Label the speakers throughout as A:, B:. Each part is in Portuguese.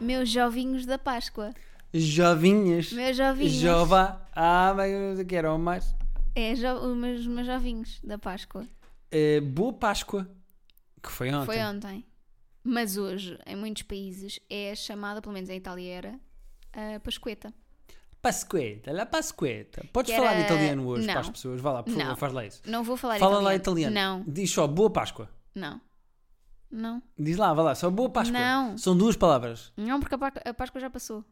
A: Meus jovinhos da Páscoa.
B: Jovinhas.
A: Meus jovinhos.
B: Jova. Ah, mas eu quero mais.
A: É, jo- os meus, meus jovinhos da Páscoa.
B: Eh, boa Páscoa. Que foi ontem.
A: Foi ontem. Mas hoje, em muitos países, é chamada, pelo menos em Itália era, a Pasqueta.
B: Pasqueta, la Pasqueta. Podes
A: Que era-
B: falar italiano hoje
A: Não.
B: para as pessoas? Vá lá, por favor,
A: Não.
B: faz lá isso.
A: Não vou falar
B: Fala
A: italiano.
B: lá italiano.
A: Não,
B: Diz só boa Páscoa.
A: não. Não.
B: Diz lá, vá lá, só boa Páscoa.
A: Não.
B: São duas palavras.
A: Não, porque a Pá- a Páscoa já passou.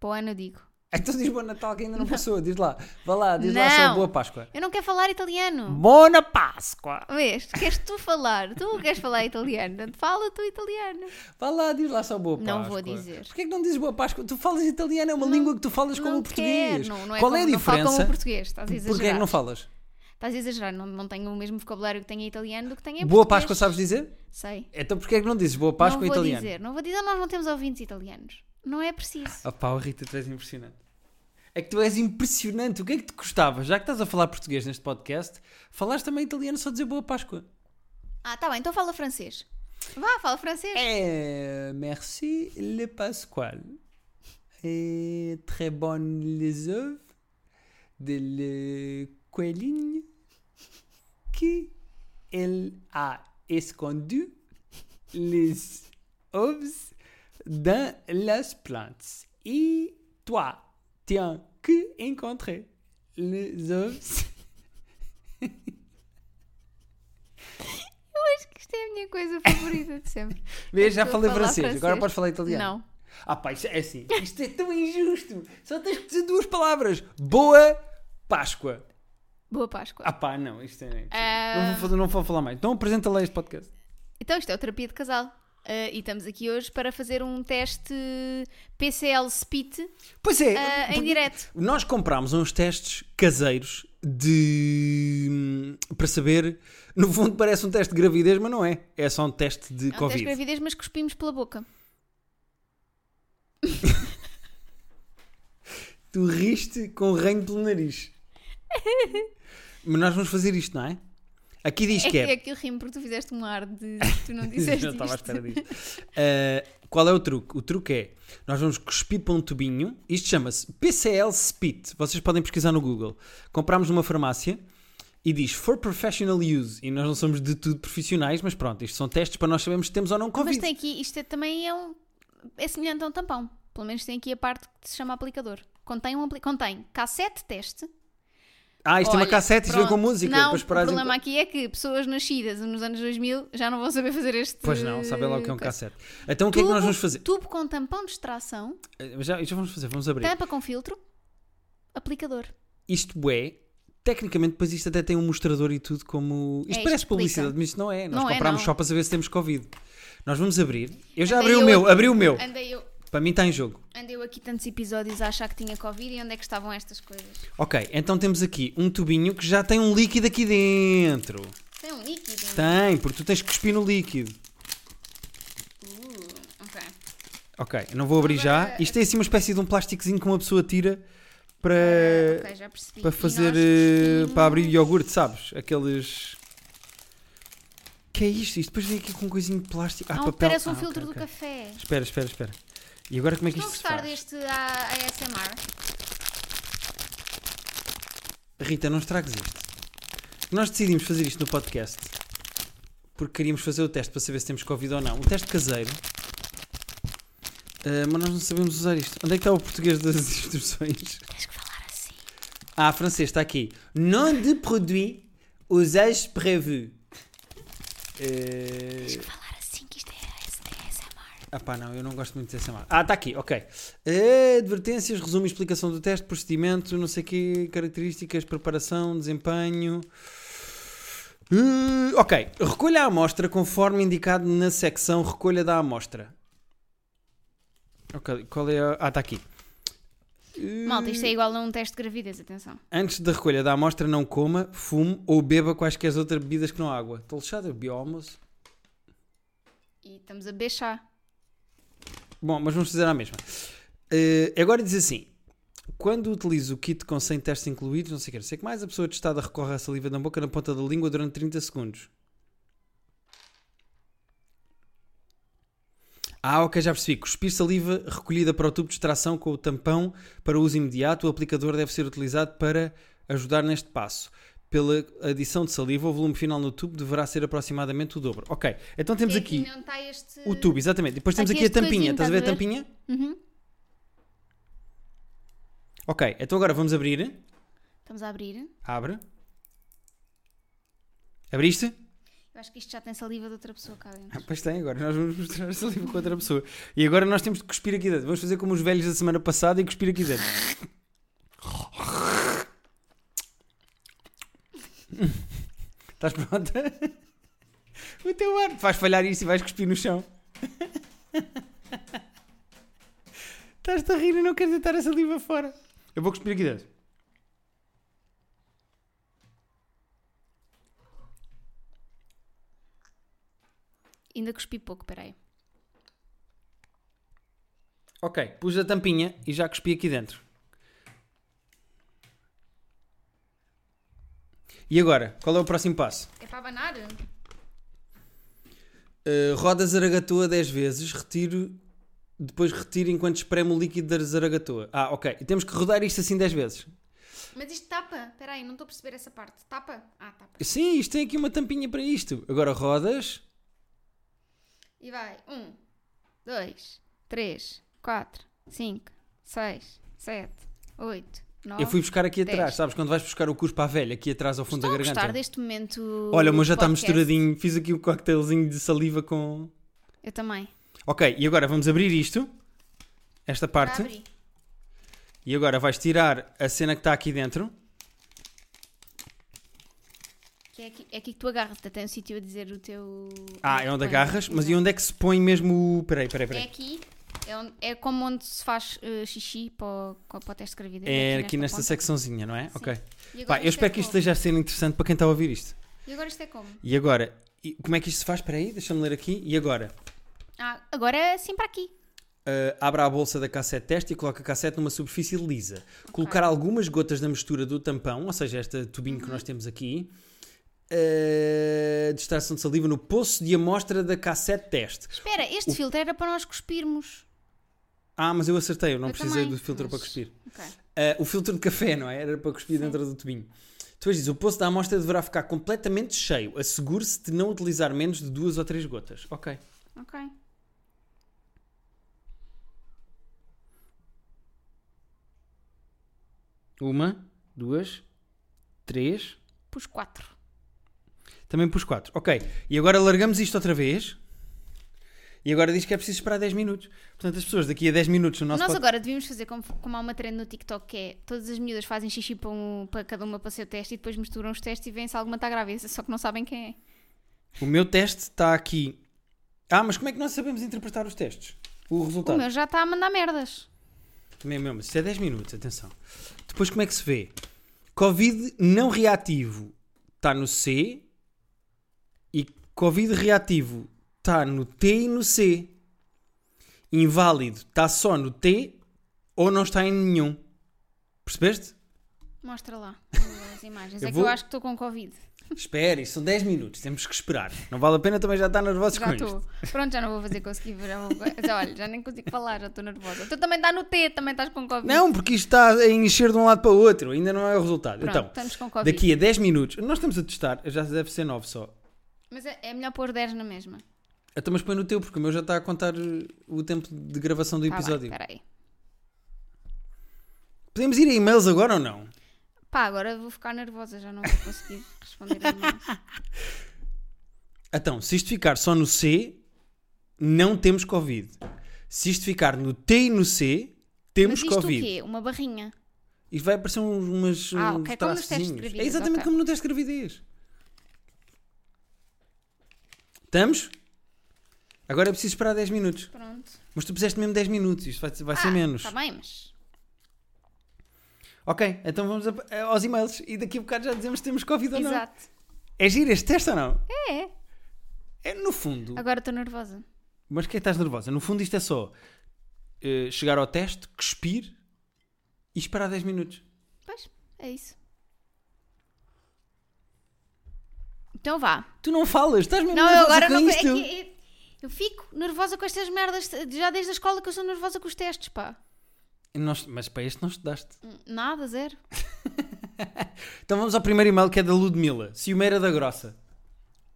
A: Para o ano eu digo.
B: Então diz bom Natal que ainda não passou. Diz lá, vá lá, diz lá
A: Não.
B: só boa Páscoa.
A: Eu não quero falar italiano.
B: Bona Páscoa.
A: Vês? Queres tu falar? Tu queres falar italiano? Portanto, Fala tu italiano.
B: Vá lá, diz lá só boa Páscoa.
A: Não vou dizer.
B: Porquê é que não dizes boa Páscoa? Tu falas italiano, é uma língua que tu falas como
A: não
B: o português.
A: Quero, não, não é
B: Qual
A: como,
B: é a
A: não falo
B: diferença?
A: como o português. Estás a exagerar.
B: Porquê é que não falas?
A: Estás a exagerar. Não, não tenho o mesmo vocabulário que tenho em italiano do que tenho em
B: boa Páscoa,
A: português.
B: sabes dizer?
A: Sei.
B: Então porquê é que não dizes boa Páscoa
A: não
B: em
A: vou
B: italiano?
A: dizer. Não vou dizer. Nós não temos ouvintes italianos. Não é preciso.
B: Ah pá, oh Rita, tu és impressionante. É que tu és impressionante. O que é que te custava? Já que estás a falar português neste podcast, falaste também italiano só dizer Boa Páscoa.
A: Ah, tá bem. Então fala francês. Vá, fala francês.
B: É, Eh, merci le Pasquale. Et très bonne les œuvres de le coeligne que elle a escondu les œufs dans las plantes. Et toi, tiens, que encontrer les œufs
A: Eu acho que isto é a minha coisa favorita de sempre.
B: Vês, já
A: Estou a
B: falei
A: falar
B: francês, agora
A: francês.
B: podes falar italiano.
A: Não.
B: Ah pá, isto é assim, isto é tão injusto. Só tens que dizer duas palavras. Boa Páscoa.
A: Boa Páscoa.
B: Ah pá, não, isto é...
A: Ah.
B: Não, vou, fazer- não vou falar mais. Então apresenta lá este podcast.
A: Então, isto é o Terapia de Casal. Ah, e estamos aqui hoje para fazer um teste PCL Spit
B: Pois é.
A: ah, em
B: porque
A: direto.
B: Nós comprámos uns testes caseiros de... para saber... No fundo parece um teste de gravidez, mas não é. É só um teste
A: É
B: de
A: um teste
B: Covid.
A: de gravidez, mas cuspimos pela boca.
B: Tu riste com o reino pelo nariz. mas nós vamos fazer isto, não é? Aqui diz
A: É
B: que
A: que,
B: é...
A: é que eu rimo porque tu fizeste um ar de tu não disseste
B: Eu estava à
A: isto.
B: espera disto. Uh, qual é o truque? O truque é, nós vamos cuspir para um tubinho, isto chama-se PCL Spit, vocês podem pesquisar no Google. Comprámos numa farmácia e diz for professional use, e nós não somos de tudo profissionais, mas pronto, isto são testes para nós sabermos se temos ou não
A: Mas
B: Covid.
A: tem aqui, isto é- também é um. É semelhante a um tampão. Pelo menos tem aqui a parte que se chama aplicador. Contém um apli- Contém cassete teste.
B: Ah, isto é uma
A: Olha,
B: cassete, isto vem com
A: pronto.
B: música.
A: Não,
B: depois
A: o
B: paras em-
A: problema aqui é que pessoas nascidas nos anos 2000 já não vão saber fazer este.
B: Pois não, sabem lá o que é um
A: coisa.
B: cassete. Então o que é que nós
A: Tubo-
B: vamos fazer?
A: Tubo com tampão de extração,
B: Uh, Já, já vamos fazer, vamos abrir.
A: tampa com filtro, aplicador.
B: Isto é... Tecnicamente, depois isto até tem um mostrador e tudo como. Isto
A: É, isto
B: parece
A: explica.
B: publicidade, mas isto não é. Nós
A: Não é,
B: comprámos
A: não.
B: só para saber se temos Covid. Nós vamos abrir. Eu já
A: Andei
B: abri o
A: eu
B: meu,
A: aqui-
B: abri o meu.
A: Andei eu,
B: Para mim está em jogo.
A: andei eu aqui tantos episódios a achar que tinha Covid e onde é que estavam estas coisas?
B: Ok, então temos aqui um tubinho que já tem um líquido aqui dentro.
A: Tem um líquido. hein?
B: Tem, porque tu tens que cuspir no líquido.
A: Uh, ok.
B: Ok, eu não vou abrir já.
A: Agora-
B: Isto é assim uma espécie de um plasticozinho que uma pessoa tira para,
A: Ah, ok, já percebi.
B: Eh, para
A: E
B: fazer. eh,
A: nós-
B: para abrir iogurte, sabes? Aqueles. Que é isto? Isto depois vem aqui com um coisinho de plástico. Ah,
A: Não,
B: papel.
A: Parece um
B: Ah, ok,
A: filtro
B: ok.
A: do café.
B: Espera, espera, espera. E agora como é que
A: Estão a
B: isto se
A: gostar
B: faz?
A: deste A- ASMR?
B: Rita, não estragues isto. Nós decidimos fazer isto no podcast porque queríamos fazer o teste para saber se temos Covid ou não. Um teste caseiro. Ah, mas nós não sabemos usar isto. Onde é que está o português das instruções?
A: Tens que falar assim.
B: Ah, francês, está aqui. Nom de produit, usage prévu. Eh,
A: Falar assim que isto é ASMR.
B: Ah pá, não, eu não gosto muito dessa marca. Ah, está aqui, ok. Eh, Advertências, resumo e explicação do teste, procedimento, não sei quê, características, preparação, desempenho. Eh, ok, recolha a amostra conforme indicado na secção recolha da amostra. Ok, qual é a... Ah, está aqui. Eh,
A: Malta, isto é igual a um teste de gravidez, atenção.
B: Antes da recolha da amostra, não coma, fume ou beba quaisquer outras bebidas que não água. Estou lixado, eu bebi ao almoço.
A: E estamos a beixar.
B: Bom, mas vamos fazer a mesma. Eh, agora diz assim: quando utiliza o kit com 100 testes incluídos, não sei o que, não sei o que mais, a pessoa testada recorre à saliva na boca na ponta da língua durante 30 segundos. Ah, ok, já percebi. Cuspir saliva recolhida para o tubo de extração com o tampão para uso imediato. O aplicador deve ser utilizado para ajudar neste passo. Pela adição de saliva, o volume final no tubo deverá ser aproximadamente o dobro. Ok, então temos
A: É
B: aqui
A: não está este...
B: o tubo, exatamente. Depois temos
A: Aqui
B: aqui a
A: este
B: tampinha.
A: coisinho,
B: Estás a ver a
A: estás a ver?
B: tampinha?
A: Uhum.
B: Ok, então agora vamos abrir.
A: Estamos a abrir.
B: Abre. Abriste?
A: Eu acho que isto já tem saliva de outra pessoa cá dentro.
B: Ah, pois tem, agora nós vamos mostrar essa livro com outra pessoa. E agora nós temos de cuspir aqui dentro. Vamos fazer como os velhos da semana passada e cuspir aqui dentro. Estás pronta? O teu ar. Vais falhar isso e vais cuspir no chão. Estás-te a rir e não queres deitar essa saliva fora. Eu vou cuspir aqui dentro.
A: Ainda cuspi pouco, peraí.
B: Ok, pus a tampinha e já cuspi aqui dentro. E agora, qual é o próximo passo?
A: É para abanar?
B: Uh, roda a zaragatoa 10 vezes, retiro, depois retiro enquanto espremo o líquido da zaragatoa. Ah, ok. E temos que rodar isto assim 10 vezes.
A: Mas isto tapa. Peraí, não estou a perceber essa parte. Tapa? Ah, tapa.
B: Sim, isto tem aqui uma tampinha para isto. Agora rodas.
A: E vai. Um, dois, três, quatro, cinco, seis, sete, oito, nove.
B: Eu fui buscar aqui
A: dez.
B: atrás, sabes? Quando vais buscar o cuspa à velha, aqui atrás ao fundo
A: Estão a
B: da garganta.
A: gostar deste momento.
B: Olha, o meu já está
A: podcast?
B: misturadinho. Fiz aqui um cocktailzinho de saliva com.
A: Eu também.
B: Ok, e agora vamos abrir isto. Esta parte.
A: Abri.
B: E agora vais tirar a cena que está aqui dentro.
A: Que é, aqui, é aqui que tu agarras. Tem um sítio a dizer o teu.
B: Ah, é onde
A: pões.
B: agarras, mas e onde é que se põe mesmo o. Peraí, peraí,
A: É
B: peraí.
A: aqui. É, onde- é como onde se faz eh, xixi para o, para o teste de gravidez.
B: É aqui nesta
A: ponta.
B: secçãozinha, não é? Ok.
A: E agora
B: Pá, eu espero
A: é
B: que isto
A: como?
B: esteja a ser interessante para quem está a ouvir isto.
A: E agora isto é como?
B: E agora, e como é que isto se faz? Peraí, deixa-me ler aqui. E agora,
A: Ah, agora é assim para aqui.
B: Uh, abra a bolsa da cassete teste e coloca a cassete numa superfície lisa. Colocar algumas gotas da mistura do tampão, ou seja, este tubinho que nós temos aqui, uh, de extração de saliva no poço de amostra da cassete teste.
A: Espera, este filtro era para nós cuspirmos.
B: Ah, mas eu acertei, eu não
A: Eu
B: precisei
A: também,
B: do filtro
A: mas-
B: para cuspir.
A: Ok.
B: Ah, o filtro de café, não é? Era para cuspir dentro do tubinho. Depois diz: o poço da amostra deverá ficar completamente cheio. Assegure-se de não utilizar menos de duas ou três gotas. Ok.
A: Ok.
B: Uma, duas, três.
A: Pus quatro.
B: Também pus quatro. Ok. E agora largamos isto outra vez. E agora diz que é preciso esperar 10 minutos. Portanto, as pessoas daqui a 10 minutos no nosso
A: Nós
B: pod-
A: agora devíamos fazer como, como há uma trend no TikTok que é todas as miúdas fazem xixi para, um- para cada uma para o seu teste e depois misturam os testes e vêem se alguma está grávida, só que não sabem quem é.
B: O meu teste está aqui. Ah, mas como é que nós sabemos interpretar os testes? O resultado.
A: O meu já está a mandar merdas.
B: Também mesmo, isto é 10 minutos, atenção. Depois como é que se vê? Covid não reativo está no C e Covid reativo está no T e no C. Inválido está só no T ou não está em nenhum. Percebeste?
A: Mostra lá as imagens.
B: Eu
A: é que
B: vou-
A: eu acho que estou com Covid.
B: Espera, isto são 10 minutos, temos que esperar. Não vale a pena também já estar nervosos
A: Já
B: com
A: estou.
B: isto.
A: Pronto, já não vou fazer conseguir. Já, vou... já, olha, já nem consigo falar, já estou nervosa. Tu também está no T, também estás com Covid.
B: Não, porque isto está a encher de um lado para o outro, ainda não é o resultado.
A: Pronto,
B: então,
A: estamos com Covid.
B: daqui a 10 minutos, nós estamos a testar, já deve ser 9 só.
A: Mas é, é melhor pôr 10 na mesma.
B: Então, mas põe no teu, porque o meu já está a contar eh, o tempo de gravação do
A: Tá
B: episódio.
A: bem, peraí.
B: Podemos ir a e-mails agora ou não?
A: Pá, agora vou ficar nervosa, já não vou conseguir responder a mais.
B: Então, se isto ficar só no C, não temos Covid. Se isto ficar no T e no C,
A: Mas
B: temos
A: isto o
B: Covid.
A: quê? Uma barrinha.
B: E vai aparecer uns, umas,
A: Ah,
B: uns
A: ok, como nos testes de
B: traçozinhos.
A: gravidez,
B: É exatamente
A: ok.
B: como no teste de gravidez. Estamos? Agora é preciso esperar 10 minutos.
A: Pronto.
B: Mas tu puseste mesmo 10 minutos, isto vai, vai ser
A: Ah,
B: Assim menos.
A: Tá bem, mas.
B: Ok, então vamos a- eh, aos e-mails e daqui a bocado já dizemos se temos Covid ou não.
A: Exato.
B: É giro este teste ou não?
A: É.
B: É no fundo.
A: Agora estou nervosa.
B: Mas que é que estás nervosa? No fundo, isto é só eh, chegar ao teste, cuspir e esperar 10 minutos.
A: Pois, é isso. Então vá.
B: Tu não falas, estás mesmo
A: Não, eu
B: nervosa
A: agora
B: com
A: Então não. É
B: isto.
A: que, Eu fico nervosa com estas merdas. Já desde a escola que eu sou nervosa com os testes, pá. Hum,
B: Não est- mas para este não estudaste.
A: Nada, zero.
B: Então vamos ao primeiro e-mail que é da Ludmila, Ciumeira da Grossa.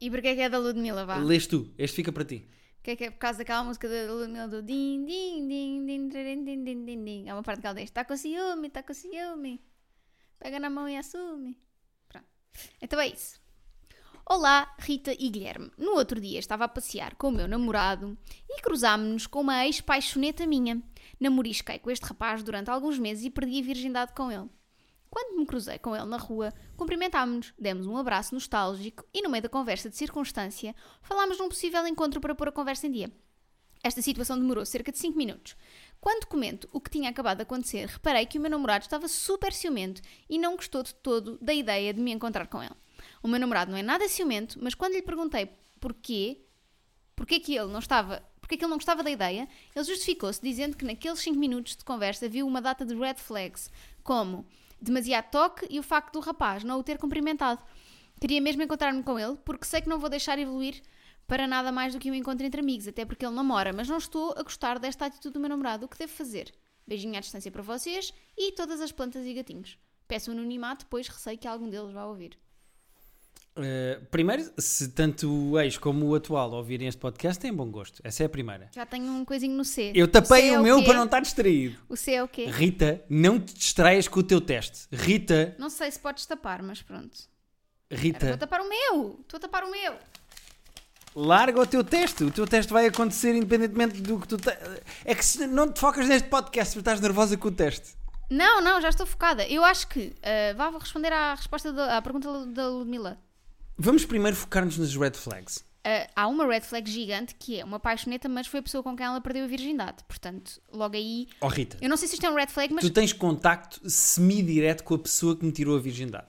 A: E porquê que é da Ludmilla, vá?
B: Lês tu, este fica para ti.
A: Que é que é por causa daquela música da Ludmilla do din, din, din, din, din, din, din, din, din. Há uma parte que ela diz: está com ciúme, está com ciúme. Pega na mão e assume. Pronto. Então é isso. Olá, Rita e Guilherme. No outro dia estava a passear com o meu namorado e cruzámos-nos com uma ex-paixoneta minha. Namorisquei com este rapaz durante alguns meses e perdi a virgindade com ele. Quando me cruzei com ele na rua, cumprimentámos-nos, demos um abraço nostálgico e, no meio da conversa de circunstância, falámos num possível encontro para pôr a conversa em dia. Esta situação demorou cerca de 5 minutos. Quando comento o que tinha acabado de acontecer, reparei que o meu namorado estava super ciumento e não gostou de todo da ideia de me encontrar com ele. O meu namorado não é nada ciumento, mas quando lhe perguntei porquê, porque é que ele não estava, porque é que ele não gostava da ideia, ele justificou-se dizendo que naqueles 5 minutos de conversa viu uma data de red flags, como demasiado toque e o facto do rapaz não o ter cumprimentado. Queria mesmo encontrar-me com ele, porque sei que não vou deixar evoluir para nada mais do que um encontro entre amigos, até porque ele namora, mas não estou a gostar desta atitude do meu namorado. O que devo fazer? Beijinho à distância para vocês e todas as plantas e gatinhos. Peço anonimato, pois receio que algum deles vá ouvir.
B: Uh, primeiro, se tanto o ex como o atual ouvirem este podcast, têm bom gosto. Essa é a primeira.
A: Já tenho um coisinho no C.
B: Eu tapei
A: C é
B: o meu
A: quê?
B: para não estar distraído.
A: O C é o quê?
B: Rita, não te distraias com o teu teste. Rita,
A: Não sei se podes tapar, mas pronto. Estou a
B: Rita,
A: tapar o meu! Estou a tapar o meu!
B: larga o teu teste. O teu teste vai acontecer independentemente do que tu. te- É que se não te focas neste podcast, estás nervosa com o teste.
A: Não, não, já estou focada. Eu acho que. ah, vá, vou responder à resposta da à pergunta da Ludmila.
B: Vamos primeiro focar-nos nas red flags.
A: Ah, há uma red flag gigante que é uma paixoneta, mas foi a pessoa com quem ela perdeu a virgindade. Portanto, logo aí.
B: Oh, Rita,
A: Eu não sei se isto é um red flag, mas
B: tu tens contacto semi-direto com a pessoa que me tirou a virgindade.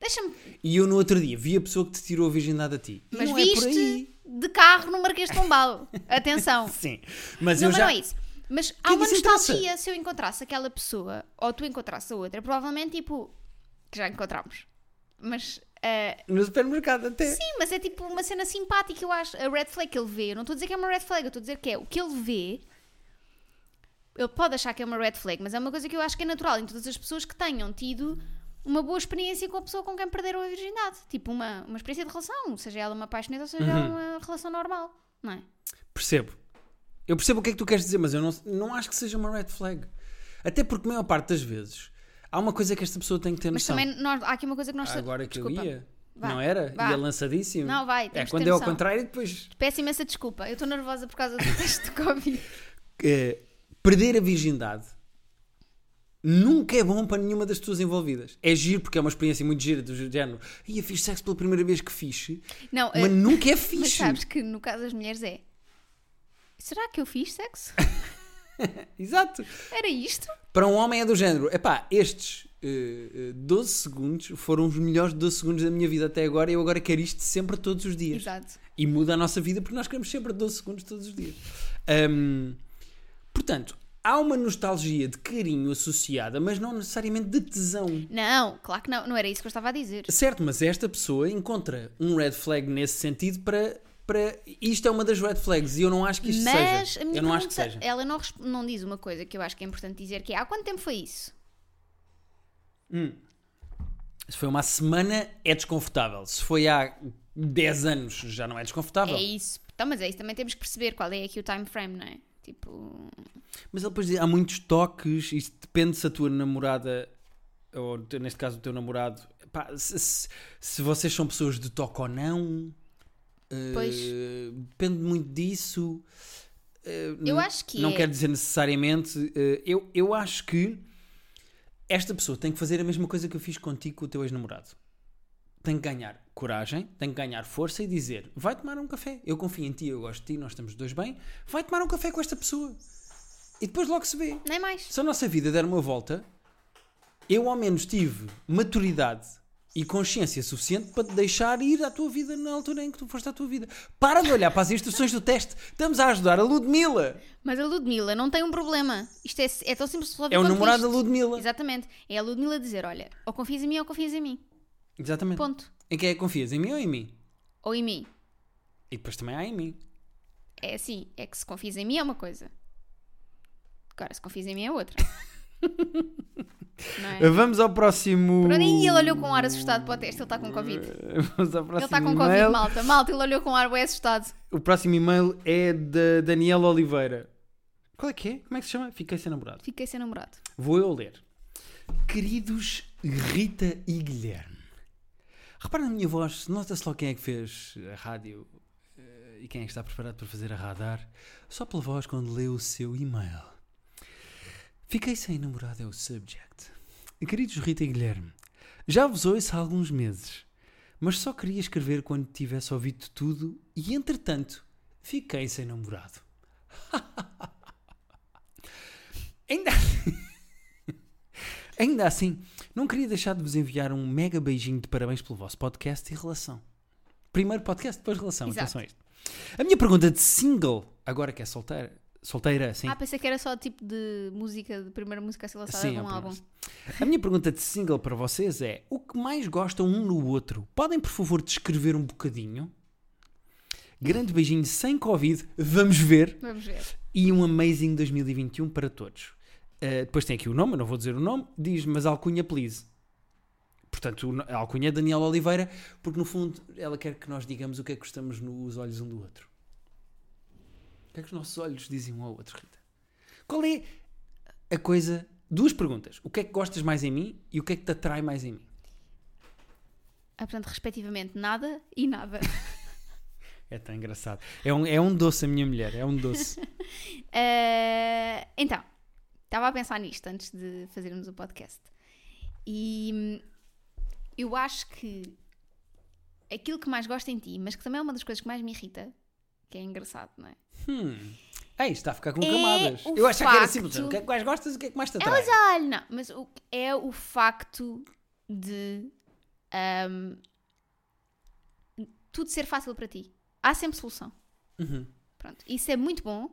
A: deixa-me.
B: E eu no outro dia vi a pessoa que te tirou a virgindade a ti. E
A: Mas
B: não é por aí.
A: viste de carro no Marquês de Pombal. Atenção.
B: Sim, mas
A: não,
B: eu
A: mas
B: já.
A: não é isso. Mas há
B: é que
A: uma
B: isso
A: nostalgia.
B: interessa?
A: Se eu encontrasse aquela pessoa ou tu encontrasse a outra, provavelmente tipo. que já encontramos. Mas. ah,
B: No supermercado até.
A: Sim, mas é tipo uma cena simpática, eu acho. A red flag que ele vê, eu não estou a dizer que é uma red flag, eu estou a dizer que é o que ele vê. Ele pode achar que é uma red flag, mas é uma coisa que eu acho que é natural em todas as pessoas que tenham tido uma boa experiência com a pessoa com quem perderam a virgindade. Tipo, uma, uma experiência de relação, seja ela uma apaixonada ou seja
B: Uhum.
A: ela uma relação normal, não é?
B: Percebo. Eu percebo o que é que tu queres dizer, mas eu não, não acho que seja uma red flag. Até porque, a maior parte das vezes, há uma coisa que esta pessoa tem que ter
A: Mas
B: noção.
A: também nós- há aqui uma coisa que nós
B: Ah, Agora que
A: desculpa.
B: eu ia.
A: Vá,
B: Não era?
A: vá.
B: Ia lançadíssimo.
A: Não, vai,
B: É,
A: temos que
B: quando
A: ter
B: é ao
A: noção.
B: contrário, depois.
A: Peço imensa desculpa, eu estou nervosa por causa do texto de Covid.
B: eh, perder a virgindade nunca é bom para nenhuma das pessoas envolvidas. É giro, porque é uma experiência muito gira, do género. Ia, fiz sexo pela primeira vez que fixe.
A: Não, eh,
B: Mas nunca é
A: mas
B: fixe.
A: sabes que no caso das mulheres é. Será que eu fiz sexo?
B: Exato.
A: Era isto?
B: Para um homem é do género. Epá, estes eh, eh, 12 segundos foram os melhores 12 segundos da minha vida até agora e eu agora quero isto sempre todos os dias.
A: Exato.
B: E muda a nossa vida porque nós queremos sempre 12 segundos todos os dias. Ahm, portanto, há uma nostalgia de carinho associada, mas não necessariamente de tesão.
A: Não, claro que não, não era isso que eu estava a dizer.
B: Certo, mas esta pessoa encontra um red flag nesse sentido para. para isto é uma das red flags e eu não acho que isto
A: Mas
B: seja.
A: a minha
B: eu não
A: pergunta,
B: acho que seja.
A: ela não, resp- não diz uma coisa que eu acho que é importante dizer, que é há quanto tempo foi isso?
B: Se foi uma semana, é desconfortável. Se foi há 10 anos, já não é desconfortável.
A: É isso. Então, mas é isso, também temos que perceber qual é aqui o time frame, não é? Tipo,
B: Mas ele depois diz, há muitos toques, isto depende se a tua namorada, ou te- neste caso o teu namorado, pá, se, se- se vocês são pessoas de toque ou não. eh,
A: Pois.
B: depende muito disso. Eh,
A: Eu
B: n-
A: acho que
B: Não
A: é.
B: quero dizer necessariamente. eh, eu, eu acho que esta pessoa tem que fazer a mesma coisa que eu fiz contigo com o teu ex-namorado. Tem que ganhar coragem, tem que ganhar força e dizer: vai tomar um café. Eu confio em ti, eu gosto de ti, nós estamos os dois bem. Vai tomar um café com esta pessoa. E depois logo se vê.
A: nem mais.
B: Se a nossa vida der uma volta, eu ao menos tive maturidade e consciência suficiente para te deixar ir à tua vida na altura em que tu foste à tua vida. Para de olhar para as instruções do teste. Estamos a ajudar a Ludmila.
A: Mas a Ludmilla não tem um problema. Isto é, é tão simples de resolver
B: É o
A: quanto
B: namorado da
A: isto.
B: Ludmila.
A: Exatamente. É a Ludmilla dizer, olha, ou confias em mim ou confias em mim.
B: Exatamente.
A: Ponto.
B: Em quem é que confias? Em mim ou em mim?
A: Ou em mim.
B: E depois também há em mim.
A: é assim, é que se confias em mim é uma coisa. Agora, se confias em mim é outra. não é?
B: Vamos ao próximo.
A: Pronto, e ele olhou com um ar assustado para o teste, ele está com Covid.
B: Eh, Vamos ao próximo.
A: Ele está com Covid,
B: e-mail.
A: malta. Malta, ele olhou com um ar bem assustado.
B: O próximo e-mail é da Daniela Oliveira. Qual é que é? Como é que se chama? Fiquei sem namorado.
A: Fiquei sem namorado.
B: Vou eu ler. Queridos Rita e Guilherme. Repara na minha voz, nota-se logo quem é que fez a rádio eh, e quem é que está preparado para fazer a radar, só pela voz quando lê o seu e-mail. Fiquei sem namorado é o subject. Queridos Rita e Guilherme, já vos ouço há alguns meses, mas só queria escrever quando tivesse ouvido tudo e, entretanto, fiquei sem namorado. Ainda assim, Ainda assim, não queria deixar de vos enviar um mega beijinho de parabéns pelo vosso podcast e relação. Primeiro podcast, depois relação.
A: Exato.
B: Atenção a isto. A minha pergunta de single, agora que é solteira, solteira, sim.
A: Ah, pensei que era só tipo de música, de primeira música a ser lançada
B: Sim,
A: de
B: é
A: um
B: o
A: álbum.
B: primeiro. A minha pergunta de single para vocês é: o que mais gostam um no outro? Podem, por favor, descrever um bocadinho? Grande beijinho sem Covid, vamos ver.
A: Vamos ver.
B: E um amazing 2021 para todos. Uh, depois tem aqui o nome, eu não vou dizer o nome, diz, mas alcunha, please. Portanto, o no- a alcunha é Daniela Oliveira, porque no fundo ela quer que nós digamos o que é que gostamos nos olhos um do outro. O que é que os nossos olhos dizem um ao outro, Rita? Qual é a coisa. Duas perguntas. O que é que gostas mais em mim e o que é que te atrai mais em mim?
A: Ah, portanto, respectivamente, nada e nada.
B: É tão engraçado. É um, é um doce, a minha mulher, é um doce.
A: Eh, então, estava a pensar nisto antes de fazermos o podcast. E hum, eu acho que aquilo que mais gosto em ti, mas que também é uma das coisas que mais me irrita, que é engraçado, não é?
B: hum. Ei, está a ficar com
A: É
B: camadas.
A: o
B: Eu achava que era
A: facto-
B: simples. O que é que mais gostas e o que é que mais te atrai?
A: Elas olham, não, mas o, é o facto de hum, tudo ser fácil para ti. Há sempre solução.
B: Uhum.
A: Pronto, isso é muito bom.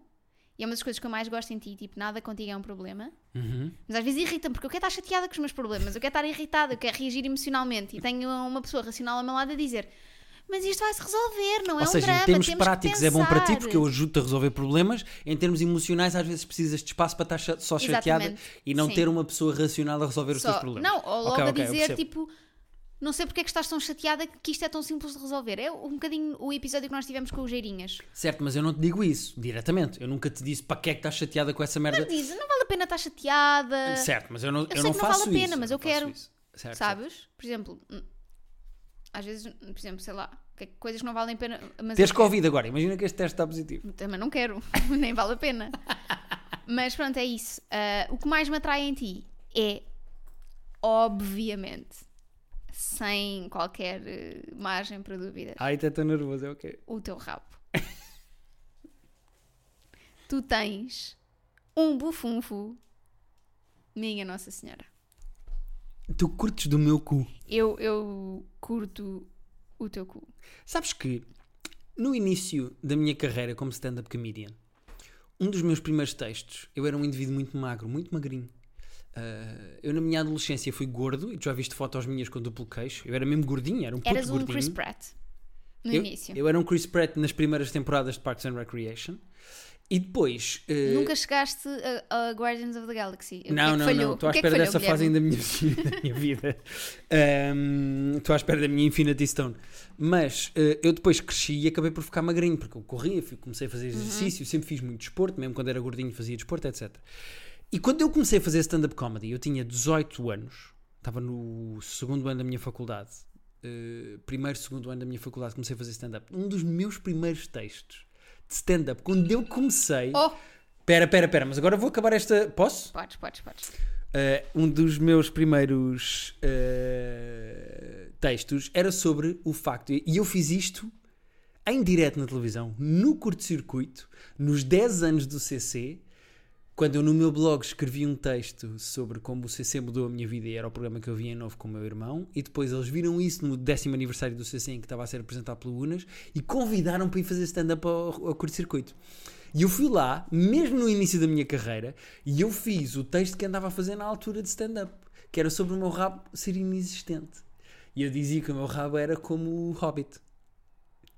A: E é uma das coisas que eu mais gosto em ti, tipo, nada contigo é um problema.
B: Uhum.
A: Mas às vezes irrita-me, porque eu quero estar chateada com os meus problemas, eu quero estar irritada, eu quero reagir emocionalmente. E tenho uma pessoa racional ao meu lado a dizer: Mas isto vai se resolver, não é
B: Ou
A: um
B: seja,
A: drama.
B: em termos
A: temos que
B: práticos é bom para ti
A: pensar."
B: porque eu ajudo-te a resolver problemas. Em termos emocionais, às vezes precisas de espaço para estar cha- só chateada
A: Exatamente,
B: e não
A: sim.
B: ter uma pessoa racional a resolver os
A: Só-
B: teus problemas.
A: Não, ou logo
B: Ok,
A: a
B: ok, eu
A: dizer,
B: percebo.
A: tipo, não sei porque é que estás tão chateada que isto é tão simples de resolver. É um bocadinho o episódio que nós tivemos com os Geirinhas.
B: Certo, mas eu não te digo isso diretamente. Eu nunca te disse para que é que estás chateada com essa merda.
A: Diz, não vale a pena estar chateada.
B: Certo, mas eu não, eu
A: sei que
B: não
A: não vale a
B: faço
A: pena,
B: isso.
A: mas
B: não
A: eu
B: faço
A: quero.
B: isso. Certo, certo.
A: Sabes? Por exemplo, hum, às vezes, hum, por exemplo, sei lá, que- coisas que não valem a pena. Mas
B: Tens
A: eu quero.
B: Covid agora, imagina que este teste está positivo.
A: Também não quero, nem vale a pena. mas pronto, é isso. Ah, o que mais me atrai em ti é, obviamente, sem qualquer eh, margem para dúvida,
B: Ai, até estou nervoso, é o quê?
A: o teu rabo. tu tens um bufunfo, minha Nossa Senhora.
B: Tu curtes do meu cu.
A: Eu, eu curto o teu cu.
B: Sabes que no início da minha carreira como stand-up comedian, um dos meus primeiros textos, eu era um indivíduo muito magro, muito magrinho. Ah, eu na minha adolescência fui gordo e tu já viste fotos minhas com duplo queixo. Eu era mesmo gordinho, era um puto
A: Eras um
B: gordinho.
A: Chris Pratt no
B: eu,
A: início.
B: eu era um Chris Pratt nas primeiras temporadas de Parks and Recreation. E depois. ah,
A: Nunca chegaste a, a Guardians of the Galaxy. O que é
B: não,
A: que
B: não,
A: falhou?
B: não. Estou à
A: O que é que
B: espera
A: falhou,
B: dessa
A: Guilherme?
B: fase ainda da minha, da minha vida. Ahm, Estou à espera da minha Infinity Stone. Mas eh, eu depois cresci e acabei por ficar magrinho, porque eu corria, fui- comecei a fazer
A: Uhum.
B: exercício, sempre fiz muito desporto, mesmo quando era gordinho fazia desporto, etc. E quando eu comecei a fazer stand-up comedy, eu tinha 18 anos, estava no segundo ano da minha faculdade, eh, primeiro, segundo ano da minha faculdade, comecei a fazer stand-up. Um dos meus primeiros textos de stand-up, quando eu comecei.
A: Oh,
B: Pera, pera, pera, mas agora vou acabar esta. Posso?
A: podes, podes, podes.
B: Uh, um dos meus primeiros uh, textos era sobre o facto, e eu fiz isto em direto na televisão, no curto-circuito, nos 10 anos do CC, quando eu no meu blog escrevi um texto sobre como o CC mudou a minha vida e era o programa que eu via em novo com o meu irmão, e depois eles viram isso no décimo aniversário do CC em que estava a ser apresentado pelo Unas e convidaram para ir fazer stand-up ao, ao curto-circuito. E eu fui lá, mesmo no início da minha carreira, e eu fiz o texto que andava a fazer na altura de stand-up, que era sobre o meu rabo ser inexistente. E eu dizia que o meu rabo era como o Hobbit,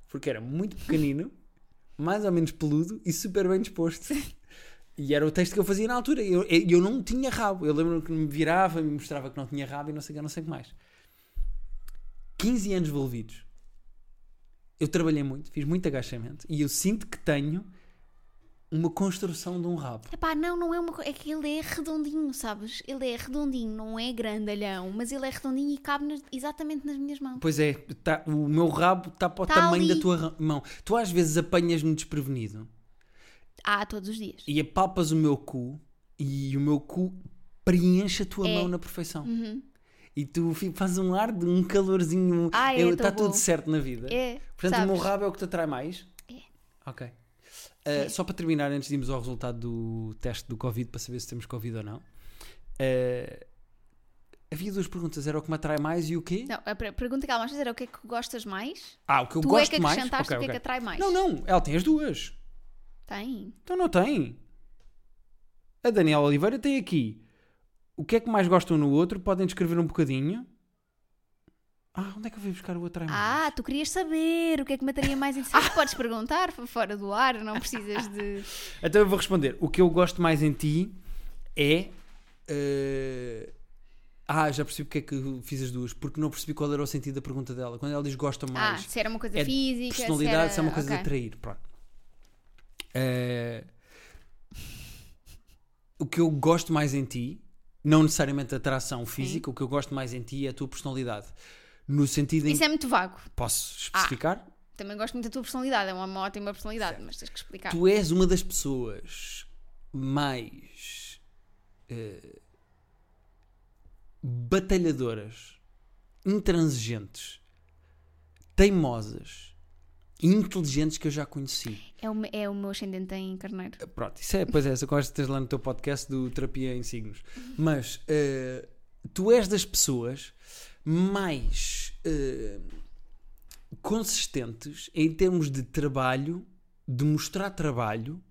B: porque era muito pequenino, mais ou menos peludo e super bem disposto. E era o texto que eu fazia na altura. E eu, e eu não tinha rabo. Eu lembro que me virava, me mostrava que não tinha rabo e não sei o que, não sei o que mais. 15 anos envolvidos. Eu trabalhei muito, fiz muito agachamento e eu sinto que tenho uma construção de um rabo.
A: Epá, não, não é uma coisa. É que ele é redondinho, sabes? Ele é redondinho, não é grandalhão, mas ele é redondinho e cabe nas- exatamente nas minhas mãos.
B: Pois é, tá- o meu rabo está para o
A: Tá
B: tamanho
A: ali.
B: da tua ra- mão. Tu às vezes apanhas-me desprevenido
A: Ah, todos os dias.
B: e apalpas o meu cu e o meu cu preenche a tua
A: É.
B: mão na perfeição.
A: Uhum.
B: E tu fi- fazes um ar de um calorzinho.
A: Ah, é,
B: Está
A: tão bom.
B: tudo certo na vida.
A: É.
B: Portanto,
A: sabes?
B: o meu rabo é o que te atrai mais?
A: É.
B: Ok. Uh, Só para terminar, antes de irmos ao resultado do teste do Covid, para saber se temos Covid ou não, uh, havia duas perguntas: era o que me atrai mais e o quê?
A: Não, a per- pergunta que ela mais fez era o que é que gostas mais?
B: Ah, o que eu
A: tu
B: gosto
A: é que
B: mais.
A: acrescentaste
B: Ok,
A: o que é
B: ok.
A: que atrai mais.
B: Não, não, ela tem as duas.
A: Tem.
B: Então não tem. A Daniela Oliveira tem aqui. O que é que mais gostam no outro? Podem descrever um bocadinho. Ah, onde é que eu vim buscar o atrai mais?
A: Ah, tu querias saber o que é que me atraía mais em si. Podes perguntar fo- fora do ar, não precisas de.
B: Então eu vou responder. O que eu gosto mais em ti é. eh, Ah, já percebi porque é que fiz as duas. Porque não percebi qual era o sentido da pergunta dela. Quando ela diz gosta
A: Ah,
B: mais.
A: se era uma coisa
B: é de
A: física. se
B: personalidade,
A: era...
B: se é uma coisa
A: ok.
B: de atrair. Pronto. Eh, O que eu gosto mais em ti, não necessariamente a atração física, o que eu gosto mais em ti é a tua personalidade. No sentido em
A: Isso é Ah, muito vago.
B: Posso especificar?
A: Também gosto muito da tua personalidade, é uma- uma ótima personalidade, mas tens que explicar.
B: Tu és uma das pessoas mais eh, batalhadoras, intransigentes, teimosas e inteligentes que eu já conheci.
A: É, o, me- é o meu ascendente em carneiro.
B: Eh, Pronto, isso é, pois é, essa conversa que tens lá no teu podcast do Terapia em Signos. Mas eh, tu és das pessoas mais eh, consistentes em termos de trabalho, de mostrar trabalho,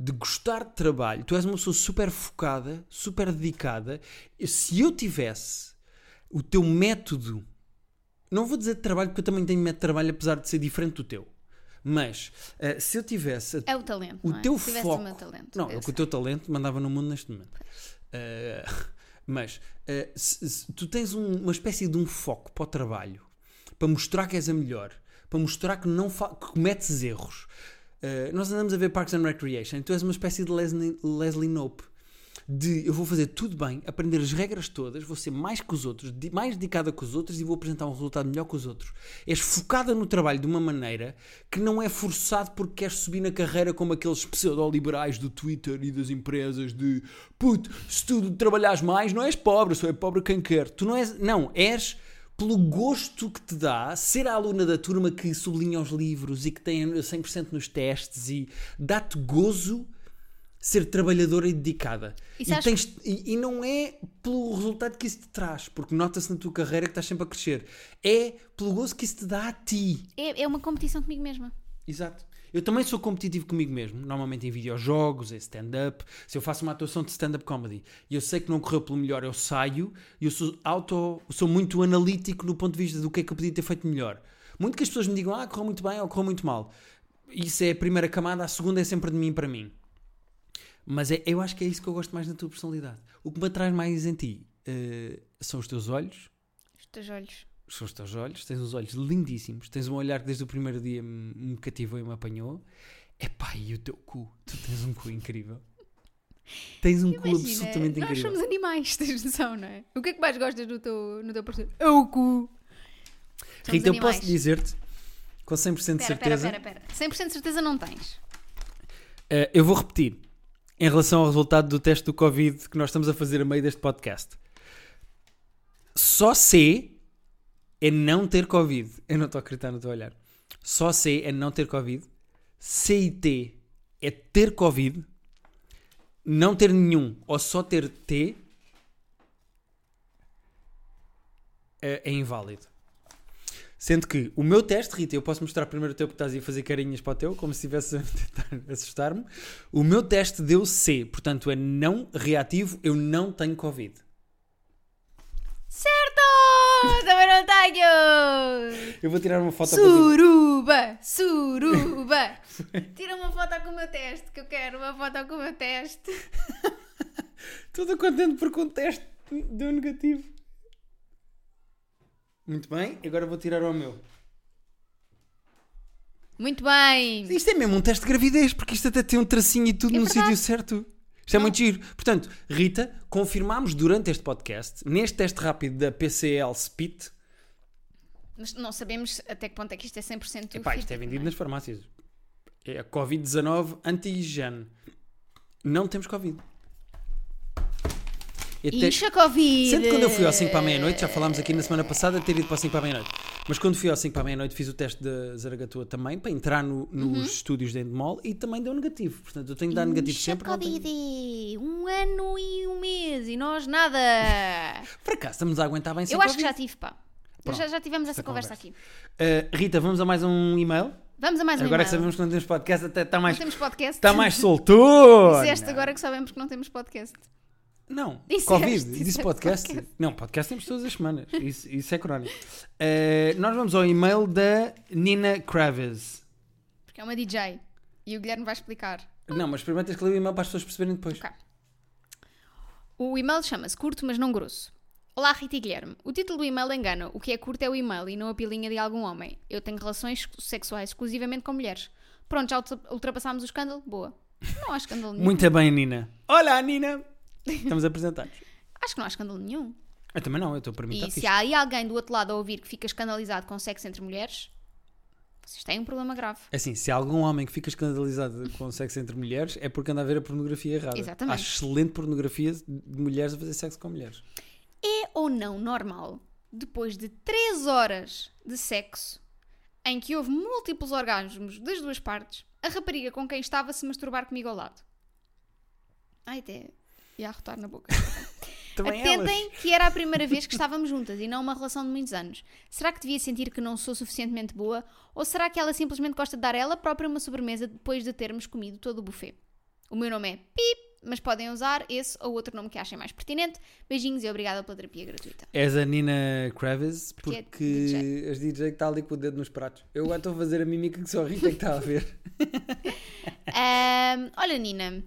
B: de gostar de trabalho. Tu és uma pessoa super focada, super dedicada. Se eu tivesse o teu método, não vou dizer de trabalho, porque eu também tenho método de trabalho, apesar de ser diferente do teu. Mas eh, se eu tivesse a
A: É o talento.
B: o
A: não é?
B: teu
A: Se tivesse
B: foco.
A: o meu talento.
B: Não,
A: eu
B: eu com
A: sei.
B: o teu talento mandava no mundo neste momento. Eh, mas eh, se- se tu tens um- uma espécie de um foco para o trabalho, para mostrar que és a melhor, para mostrar que não fa- que cometes erros. Eh, nós andamos a ver Parks and Recreation e tu és uma espécie de Leslie, Leslie Nope. De eu vou fazer tudo bem, aprender as regras todas, vou ser mais que os outros, de- mais dedicada que os outros e vou apresentar um resultado melhor que os outros. És focada no trabalho de uma maneira que não é forçado porque queres subir na carreira como aqueles pseudo-liberais do Twitter e das empresas de puto, se tu trabalhares mais, não és pobre, só é pobre quem quer. Tu não és. Não, és pelo gosto que te dá ser a aluna da turma que sublinha os livros e que tem 100% nos testes e dá-te gozo ser trabalhadora e dedicada.
A: E
B: E,
A: sabes-
B: tens- e- e não é pelo resultado que isso te traz, porque nota-se na tua carreira que estás sempre a crescer. É pelo gozo que isso te dá a ti.
A: É, é uma competição comigo mesma.
B: Exato. Eu também sou competitivo comigo mesmo, normalmente em videojogos, em stand-up. Se eu faço uma atuação de stand-up comedy e eu sei que não correu pelo melhor, eu saio e eu sou auto, sou muito analítico no ponto de vista do que é que eu podia ter feito melhor. Muito que as pessoas me digam, ah, correu muito bem ou correu muito mal. Isso é a primeira camada, a segunda é sempre de mim para mim. Mas é, eu acho que é isso que eu gosto mais na tua personalidade. O que me atrai mais em ti eh, são os teus olhos,
A: Os teus olhos.
B: são os teus olhos, tens uns olhos lindíssimos, tens um olhar que desde o primeiro dia me, me cativou e me apanhou. Epá, e o teu cu? Tu tens um cu incrível. Tens um cu
A: Imagina,
B: absolutamente
A: nós
B: incrível.
A: somos animais, tens noção, não é? O que é que mais gostas no teu, no teu parceiro? É o cu. Somos
B: Rita, eu
A: animais.
B: posso dizer-te, com 100% de
A: Pera, pera,
B: certeza,
A: pera, pera. 100% de certeza não tens.
B: eh, eu vou repetir, em relação ao resultado do teste do Covid que nós estamos a fazer a meio deste podcast. Só C é não ter Covid. Eu não estou a acreditar no teu olhar. Só C é não ter Covid. C e T é ter Covid. Não ter nenhum ou só ter T é, é inválido. Sendo que o meu teste, Rita, eu posso mostrar primeiro o teu que estás aí a fazer carinhas para o teu, como se estivesse a tentar assustar-me. O meu teste deu C, portanto é não reativo, eu não tenho Covid.
A: Certo! Também não tenho!
B: Eu vou tirar uma foto para tu-
A: Suruba! Suruba! Tira uma foto com o meu teste, que eu quero uma foto com o meu teste.
B: Todo contente porque um teste deu negativo. Muito bem, agora vou tirar o meu.
A: Muito bem!
B: Isto é mesmo um teste de gravidez, porque isto até tem um tracinho e tudo
A: É
B: no
A: verdade.
B: sítio certo. Isto é muito giro. Portanto, Rita, confirmámos durante este podcast, neste teste rápido da PCL Spit,
A: Mas não sabemos até que ponto é que isto é 100%
B: epá, isto é
A: fidedigno,
B: vendido
A: não
B: nas farmácias. É a Covid-19 anti-higiene. Não temos Covid. Eu te-
A: Incha Covid!
B: Sendo que quando eu fui ao 5 para a meia-noite, já falámos aqui na semana passada de ter ido para o 5 para a meia-noite. Mas quando fui ao 5 para a meia-noite fiz o teste da Zaragatua também para entrar no-
A: Uhum.
B: nos estúdios da Endemol e também deu negativo. Portanto, eu tenho de dar negativo
A: Incha
B: sempre. não tenho-
A: Covid! Um ano e um mês e nós nada!
B: Por acaso estamos a aguentar bem sem
A: eu acho que
B: Covid.
A: já tive, pá.
B: Pronto,
A: já, já tivemos
B: esta
A: essa conversa, aqui.
B: Uh, Rita, vamos a mais um e-mail.
A: Vamos a mais um
B: Agora é que
A: e-mail.
B: sabemos que não temos podcast, até está
A: Não
B: mais,
A: temos podcast.
B: está mais soltou.
A: Disseste agora que sabemos que não temos podcast.
B: Não,
A: Disseste,
B: Covid,
A: disseste
B: disse podcast.
A: podcast.
B: Não, podcast temos todas as semanas. Isso, isso é crónico. Uh, nós vamos ao e-mail da Nina Kravis.
A: Porque é uma DJ. E o Guilherme vai explicar.
B: Não, mas primeiro tens que ler o e-mail para as pessoas perceberem depois.
A: Ok. O e-mail chama-se Curto, mas não grosso. Olá, Rita e Guilherme. O título do e-mail engana. O que é curto é o e-mail e não a pilinha de algum homem. Eu tenho relações sexuais exclusivamente com mulheres. Pronto, já ultra- ultrapassámos o escândalo? Boa. Não há escândalo nenhum.
B: Muito bem, Nina. Olá, Nina! Estamos apresentados.
A: Acho que não há escândalo nenhum.
B: Eu também não, eu estou para mim.
A: E
B: tá
A: se
B: fixe.
A: há aí alguém do outro lado a ouvir que fica escandalizado com sexo entre mulheres, vocês têm um problema grave.
B: Assim, se há algum homem que fica escandalizado com sexo entre mulheres, é porque anda a ver a pornografia errada.
A: Exatamente.
B: Há excelente pornografia de mulheres a fazer sexo com mulheres.
A: É ou não normal, depois de 3 horas de sexo, em que houve múltiplos orgasmos das duas partes, a rapariga com quem estava se masturbar comigo ao lado? Ai, até ia arrotar na boca.
B: Também
A: Atentem
B: elas.
A: que era a primeira vez que estávamos juntas e não uma relação de muitos anos. Será que devia sentir que não sou suficientemente boa? Ou será que ela simplesmente gosta de dar ela própria uma sobremesa depois de termos comido todo o buffet? O meu nome é Pip, mas podem usar esse ou outro nome que achem mais pertinente. Beijinhos e obrigada pela terapia gratuita.
B: És a Nina Kravis
A: é
B: porque
A: DJ.
B: as DJ que está ali com o dedo nos pratos. Eu agora estou a fazer a mímica que só a Rita é que está a ver.
A: Ahm, olha, Nina,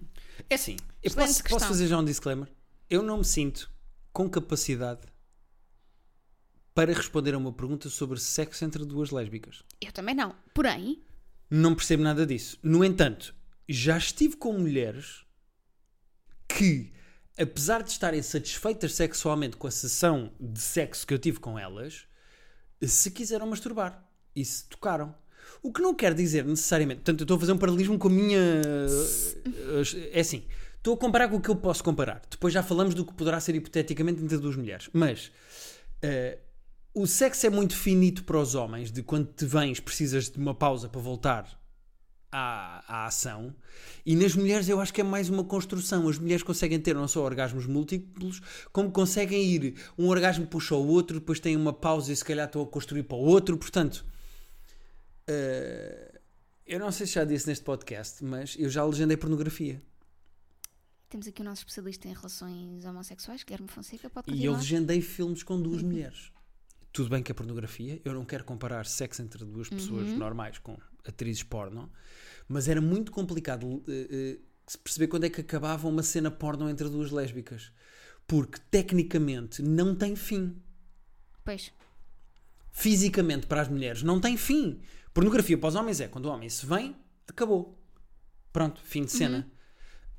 B: É assim, eu
A: Excelente
B: posso, posso
A: questão.
B: fazer já um disclaimer? Eu não me sinto com capacidade para responder a uma pergunta sobre sexo entre duas lésbicas.
A: eu também não. Porém,
B: Não percebo nada disso. No entanto, já estive com mulheres que, apesar de estarem satisfeitas sexualmente com a sessão de sexo que eu tive com elas, se quiseram masturbar e se tocaram. O que não quer dizer necessariamente. Portanto, eu estou a fazer um paralelismo com a minha. É assim. Estou a comparar com o que eu posso comparar. Depois já falamos do que poderá ser hipoteticamente entre duas mulheres. Mas. eh, o sexo é muito finito para os homens, de quando te vens precisas de uma pausa para voltar à, à ação. E nas mulheres eu acho que é mais uma construção. As mulheres conseguem ter não só orgasmos múltiplos, como conseguem ir. Um orgasmo puxa o outro, depois têm uma pausa e se calhar estão a construir para o outro. Portanto, eh, eu não sei se já disse neste podcast, mas eu já legendei pornografia.
A: temos aqui o nosso especialista em relações homossexuais, Guilherme Fonseca, pode
B: E eu
A: continuar.
B: legendei filmes com duas mulheres. Tudo bem que é pornografia, eu não quero comparar sexo entre duas pessoas normais com atrizes porno, mas era muito complicado eh, eh, se perceber quando é que acabava uma cena porno entre duas lésbicas. Porque tecnicamente não tem fim.
A: Pois,
B: Fisicamente para as mulheres não tem fim. Pornografia para os homens é quando o homem se vem, acabou. Pronto, fim de cena.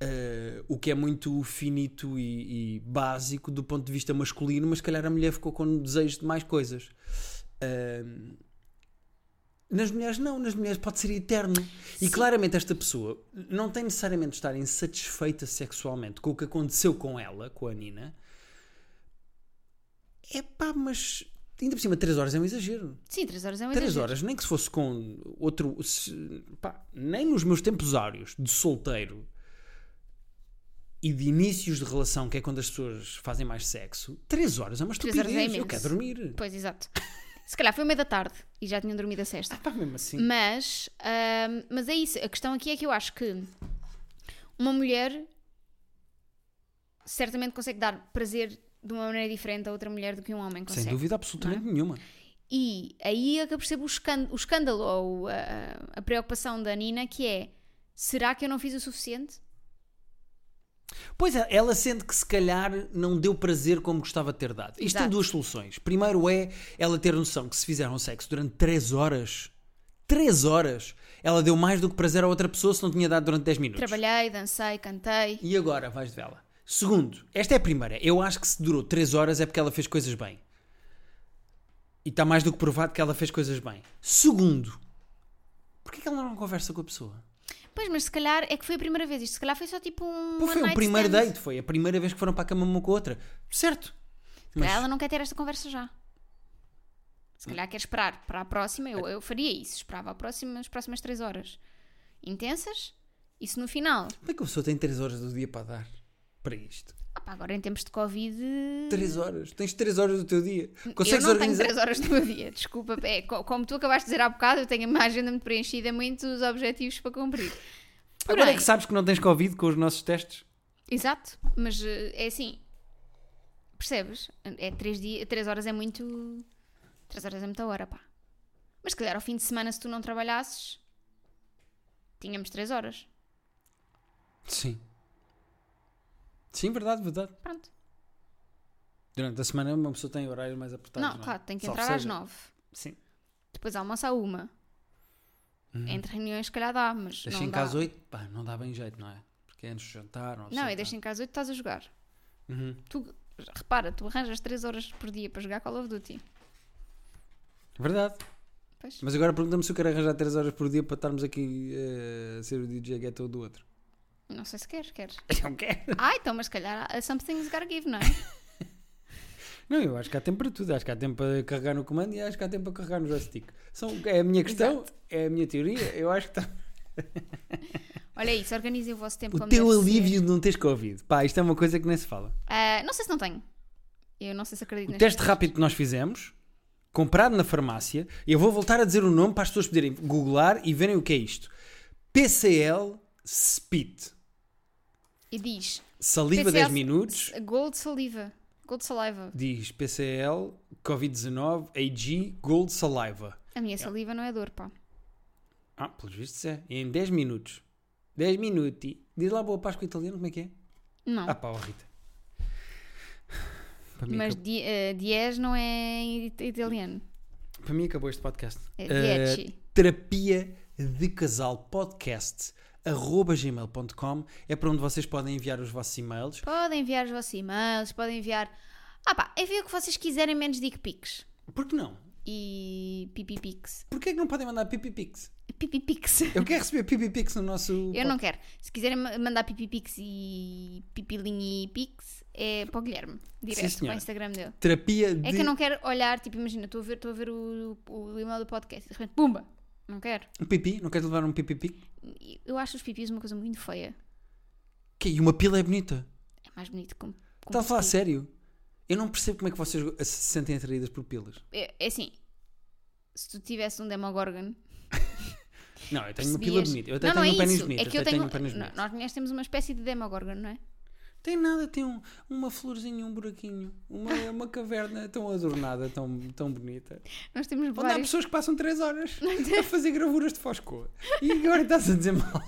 B: Eh, o que é muito finito e, e básico do ponto de vista masculino, mas se calhar a mulher ficou com desejo de mais coisas. Ahm, nas mulheres não, nas mulheres pode ser eterno. E claramente esta pessoa não tem necessariamente de estar insatisfeita sexualmente com o que aconteceu com ela, com a Nina. É pá, mas ainda por cima 3 horas é um exagero.
A: sim, 3 horas é um
B: 3
A: exagero.
B: horas, nem que se fosse com outro. se- pá, nem nos meus tempos áureos de solteiro e de inícios de relação, que é quando as pessoas fazem mais sexo, 3 horas é uma
A: Três horas é
B: estupidez. Eu
A: imenso.
B: quero dormir.
A: Pois, exato. Se calhar foi meio da tarde e já tinham dormido a sexta.
B: Pá, mesmo assim.
A: Mas, ahm, mas é isso. A questão aqui é que eu acho que uma mulher certamente consegue é? dar prazer de uma maneira diferente a outra mulher do que um homem consegue.
B: Sem dúvida absolutamente nenhuma.
A: E aí é que eu percebo o escândalo, o escândalo ou a, a- a preocupação da Nina, que é: será que eu não fiz o suficiente?
B: Pois é, ela sente que se calhar não deu prazer como gostava de ter dado. Isto tem
A: Exato.
B: duas soluções. Primeiro é ela ter noção que se fizeram sexo durante 3 horas, 3 horas, ela deu mais do que prazer a outra pessoa se não tinha dado durante 10 minutos.
A: Trabalhei, dancei, cantei.
B: E agora vais de vela. Segundo, esta é a primeira. Eu acho que se durou 3 horas é porque ela fez coisas bem. E está mais do que provado que ela fez coisas bem. Segundo, porquê que ela não conversa com a pessoa?
A: Pois, mas se calhar é que foi a primeira vez. Isto se calhar foi só tipo um.
B: Pô,
A: one
B: foi o
A: night
B: primeiro
A: stand.
B: date, foi a primeira vez que foram para a cama uma com a outra. Certo.
A: Se calhar ela não quer ter esta conversa já. Se calhar quer esperar para a próxima. Eu, eu faria isso. Esperava a próxima, as próximas três horas intensas. Isso no final.
B: Como é que a pessoa tem 3 horas do dia para dar para isto?
A: Ah pá, agora em tempos de Covid.
B: 3 horas. Tens 3 horas do teu dia.
A: eu
B: Consegues
A: não
B: organizar.
A: tenho 3 horas do meu dia, desculpa. É, co- como tu acabaste de dizer há bocado, eu tenho a minha agenda muito preenchida, muitos objetivos para cumprir.
B: Agora é
A: Porém-
B: que sabes que não tens Covid com os nossos testes?
A: Exato, mas eh, é assim, percebes? É 3 dias, três horas é muito. 3 horas é muita hora, pá. Mas se calhar ao fim de semana, se tu não trabalhasses, tínhamos 3 horas.
B: Sim. Sim, verdade, verdade.
A: Pronto.
B: Durante a semana uma pessoa tem horários mais apertados.
A: não,
B: é?
A: claro, tem que
B: Salvo
A: entrar às
B: seja.
A: 9.
B: Sim.
A: Depois almoça à 1. Entre reuniões, se calhar dá, mas.
B: Uhum. Deixa
A: não
B: em
A: dá.
B: casa 8, pá, não dá bem jeito, não é? Porque é antes de jantar. Não,
A: Não, e deixa em casa 8 estás a jogar.
B: Uhum.
A: Tu, repara, tu arranjas 3 horas por dia para jogar Call of Duty.
B: Verdade.
A: Pois.
B: Mas agora pergunta-me se eu quero arranjar 3 horas por dia para estarmos aqui eh, a ser o DJ ghetto do outro.
A: Não sei se queres, queres.
B: Não quero.
A: Ah, então, mas se calhar há- something's gotta give, não é?
B: Não, eu acho que há tempo para tudo. Acho que há tempo para carregar no comando e acho que há tempo para carregar no joystick. São, é a minha questão, é a minha teoria. Eu acho que tá- está.
A: Olha isso, organizem o vosso tempo
B: O
A: como
B: teu
A: deve ser.
B: alívio de não teres Covid. Pá, isto é uma coisa que nem se fala.
A: Ah, não sei se não tenho. Eu não sei se acredito
B: O
A: neste.
B: teste rápido que nós fizemos, comprado na farmácia, eu vou voltar a dizer o nome para as pessoas poderem googlar e verem o que é isto: PCL SPIT.
A: E diz
B: Saliva
A: PCL
B: 10 minutos.
A: Gold Saliva. Gold Saliva.
B: Diz PCL, Covid-19, AG, Gold Saliva.
A: A minha saliva não é dor, pá.
B: Ah, pelos vistos é. Em 10 minutos. 10 minuti. Diz lá boa Páscoa italiano, como é que é?
A: Não.
B: Ah pá, oh Rita. Para mim,
A: mas
B: acabou,
A: di- eh, diez não é em it- italiano.
B: para mim acabou este podcast.
A: É
B: Eh,
A: dieci.
B: terapia de casal podcast arroba gmail.com é para onde vocês podem enviar os vossos e-mails.
A: Podem enviar os vossos e-mails, podem enviar. Ah pá, envia o que vocês quiserem, menos dick pics.
B: Por que não?
A: E pipipics.
B: Porquê é que não podem mandar pipipics?
A: Pipipics.
B: Eu quero receber pipipics no nosso...
A: Eu não quero. Se quiserem ma- mandar pipipics e pipilinha e pics, é para o Guilherme. Direto para
B: senhora.
A: o Instagram dele.
B: Terapia de...
A: É que eu não quero olhar, tipo, imagina, estou a ver, estou a ver o, o e-mail do podcast e de repente, pumba! Não quero.
B: Um pipi? Não queres levar um pipipic?
A: E Eu acho os pipis uma coisa muito feia.
B: Que, e uma pila é bonita.
A: É mais bonito como. assim?
B: Está Tá a falar a sério? Eu não percebo como é que vocês se sentem atraídas por pilas.
A: É, é assim. Se tu tivesse um Demogorgon.
B: Não, eu tenho uma pila
A: percebias-
B: bonita. Eu até
A: não,
B: tenho
A: não
B: um
A: é
B: pênis
A: isso.
B: bonito.
A: É que eu
B: até
A: tenho.
B: um pênis
A: não,
B: bonito.
A: nós mulheres temos uma espécie de Demogorgon, não é?
B: Tem nada, tem um- uma florzinha, um buraquinho. Uma, uma caverna tão adornada, tão, tão bonita.
A: Nós temos
B: Onde há
A: vários.
B: pessoas que passam 3 horas a fazer gravuras de foscoa. E agora estás a dizer mal.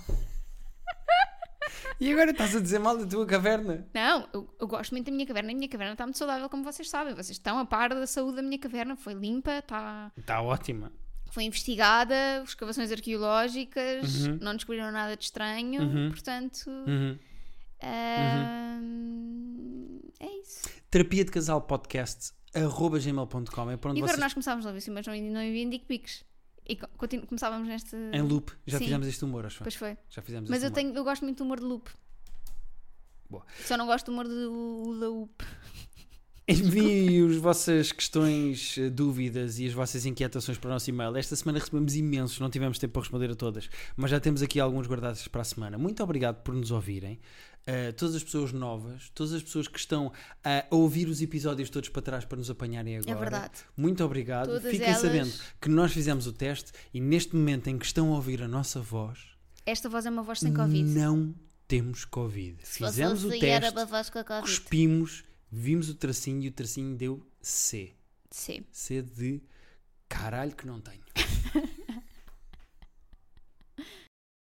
B: E agora estás a dizer mal da tua caverna.
A: Não, eu, eu gosto muito da minha caverna. A minha caverna está muito saudável, como vocês sabem. Vocês estão a par da saúde da minha caverna. Foi limpa, está.
B: Está ótima.
A: foi investigada, escavações arqueológicas, não descobriram nada de estranho,
B: Uhum.
A: portanto.
B: Uhum.
A: ahm, é isso.
B: Terapia de casal podcast arroba gmail.com é para onde
A: e agora
B: vocês
A: nós começámos a ouvir mas não, não havia dick pics. E co- continu- começávamos neste.
B: Em loop. Já
A: Sim.
B: fizemos este humor, acho. eu.
A: Pois foi.
B: Já fizemos
A: Mas
B: este
A: eu,
B: humor.
A: tenho, eu gosto muito do humor de loop.
B: Boa.
A: Só não gosto do humor do Ula Up.
B: Enviem as vossas questões, eh, dúvidas e as vossas inquietações para o nosso e-mail. Esta semana recebemos imensos, não tivemos tempo para responder a todas, mas já temos aqui alguns guardados para a semana. Muito obrigado por nos ouvirem. Eh, todas as pessoas novas, todas as pessoas que estão a ouvir os episódios todos para trás para nos apanharem agora.
A: É verdade.
B: Muito obrigado.
A: Todas
B: Fiquem
A: elas.
B: sabendo que nós fizemos o teste e neste momento em que estão a ouvir a nossa voz,
A: Esta voz é uma voz sem Covid. assim,
B: não temos Covid. fizemos o teste.
A: voz com a Covid.
B: cuspimos, vimos o tracinho e o tracinho deu C.
A: Sim.
B: C de Caralho que não tenho.